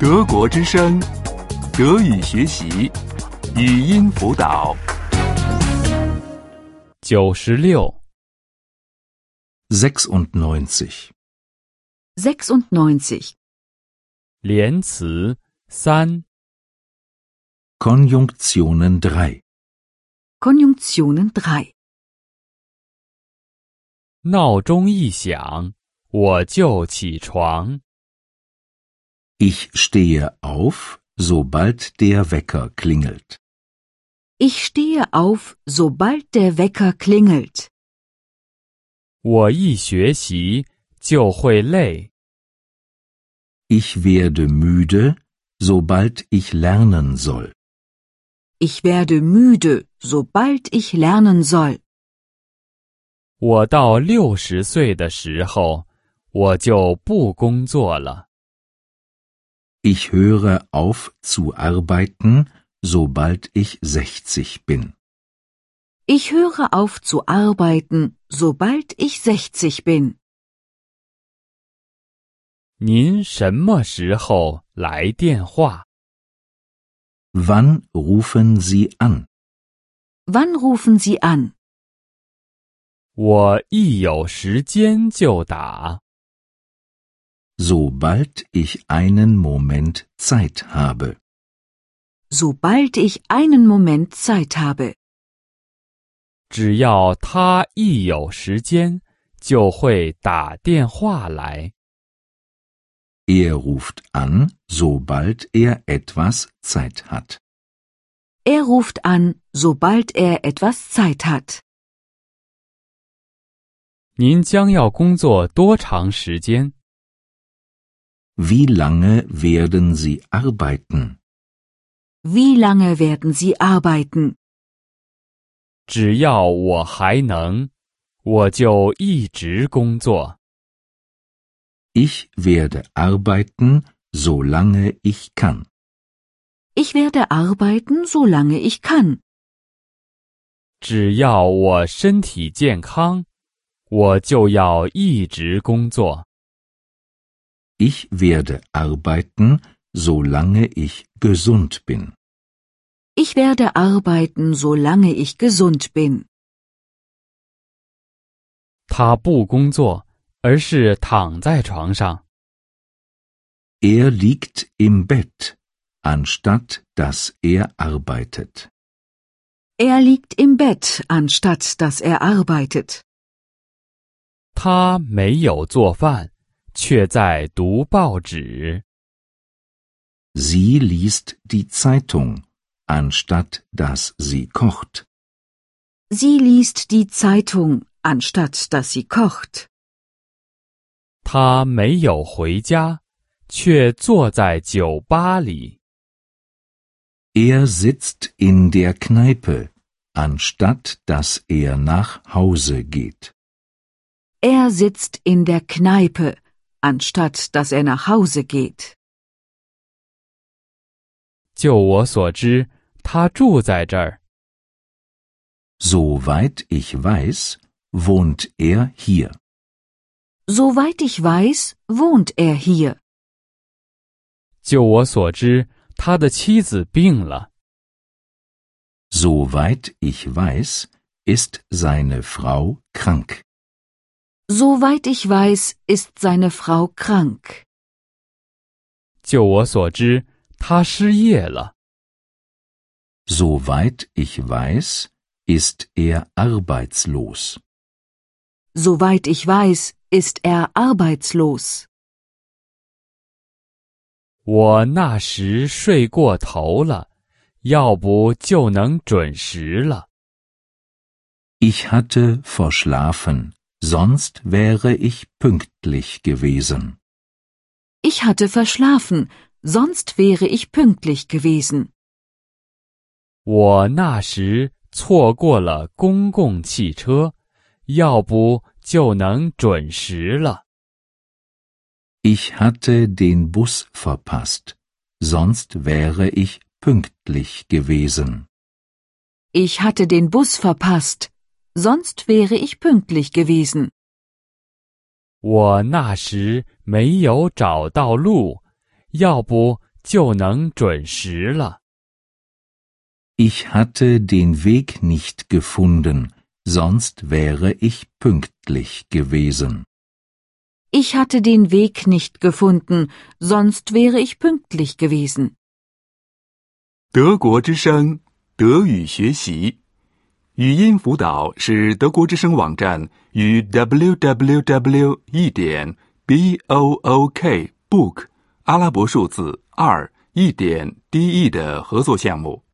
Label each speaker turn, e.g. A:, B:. A: 德国之声，德语学习，语音辅导。
B: 九十六，
C: 96.
D: 96.
B: 连词三
C: Konjunktionen 3.
D: Konjunktionen 3.
B: 闹钟一响，我就起床。
C: Ich stehe auf, sobald der Wecker klingelt.
D: Ich stehe auf, sobald der Wecker klingelt.
B: 我一学习就会累。
C: Ich werde müde, sobald ich lernen soll.
D: Ich werde müde, sobald ich lernen soll.
B: 我到六十岁的时候，我就不工作了。
C: Ich höre auf zu arbeiten, sobald ich 60 bin.
D: Ich höre auf zu arbeiten, sobald ich 60 bin.
B: 您什么时候来电话？
C: Wann rufen Sie an?
D: Wann rufen Sie an?
B: 我一有时间就打。
C: Sobald ich einen Moment Zeit habe.
D: Sobald ich einen Moment Zeit habe.
B: 只要他一有时间，就会打电话来。
C: Er ruft an, sobald er etwas Zeit hat.
D: Er ruft an, sobald er etwas Zeit hat.
B: 您将要工作多长时间？
C: Wie lange werden Sie arbeiten?
D: Wie lange werden Sie arbeiten?
B: 只要我还能，我就一直工作。
C: Ich werde arbeiten, solange ich kann.
D: Ich werde arbeiten, solange ich kann.
B: 只要我身体健康，我就要一直工作。
C: Ich werde arbeiten, solange ich gesund bin.
D: Ich werde arbeiten, solange ich gesund bin.
B: 他不工作，而是躺在床上。
C: Er liegt im Bett, anstatt dass er arbeitet.
D: Er liegt im Bett, anstatt dass er arbeitet.
B: 他没有做饭，却在读报纸。
C: Sie liest die Zeitung, anstatt dass sie kocht.
D: Sie liest die Zeitung, anstatt dass sie kocht.
B: 他没有回家，却坐在酒吧里。
C: Er sitzt in der Kneipe, anstatt dass er nach Hause geht.
D: Er sitzt in der Kneipe, anstatt dass er nach Hause geht.
B: 就我所知，他住在这儿。
C: Soweit ich weiß, wohnt er hier.
D: Soweit ich weiß, wohnt er hier.
B: 就我所知，他的妻子病了。
C: Soweit ich weiß, ist seine Frau krank.
D: Soweit ich weiß, ist seine Frau krank.
B: 就我所知，他失业了。
C: Soweit ich weiß, ist er arbeitslos.
D: Soweit ich weiß, ist er arbeitslos.
B: 我那时睡过头了，要不就能准时了。
C: Ich hatte verschlafen, sonst wäre ich pünktlich gewesen.
D: Ich hatte verschlafen, sonst wäre ich pünktlich gewesen.
B: 我那时错过了公共汽车，要不就能准时了。
C: Ich hatte den Bus verpasst, sonst wäre ich pünktlich gewesen.
D: Ich hatte den Bus verpasst, sonst wäre ich pünktlich gewesen.
B: 我那时没有找到路，要不就能准时了。
C: Ich hatte den Weg nicht gefunden, sonst wäre ich pünktlich gewesen.
D: Ich hatte den Weg nicht gefunden, sonst wäre ich pünktlich gewesen.
A: 德国之声德语学习语音辅导是德国之声网站与 www. 一点 b o o k book 阿拉伯数字二一点 d e 的合作项目。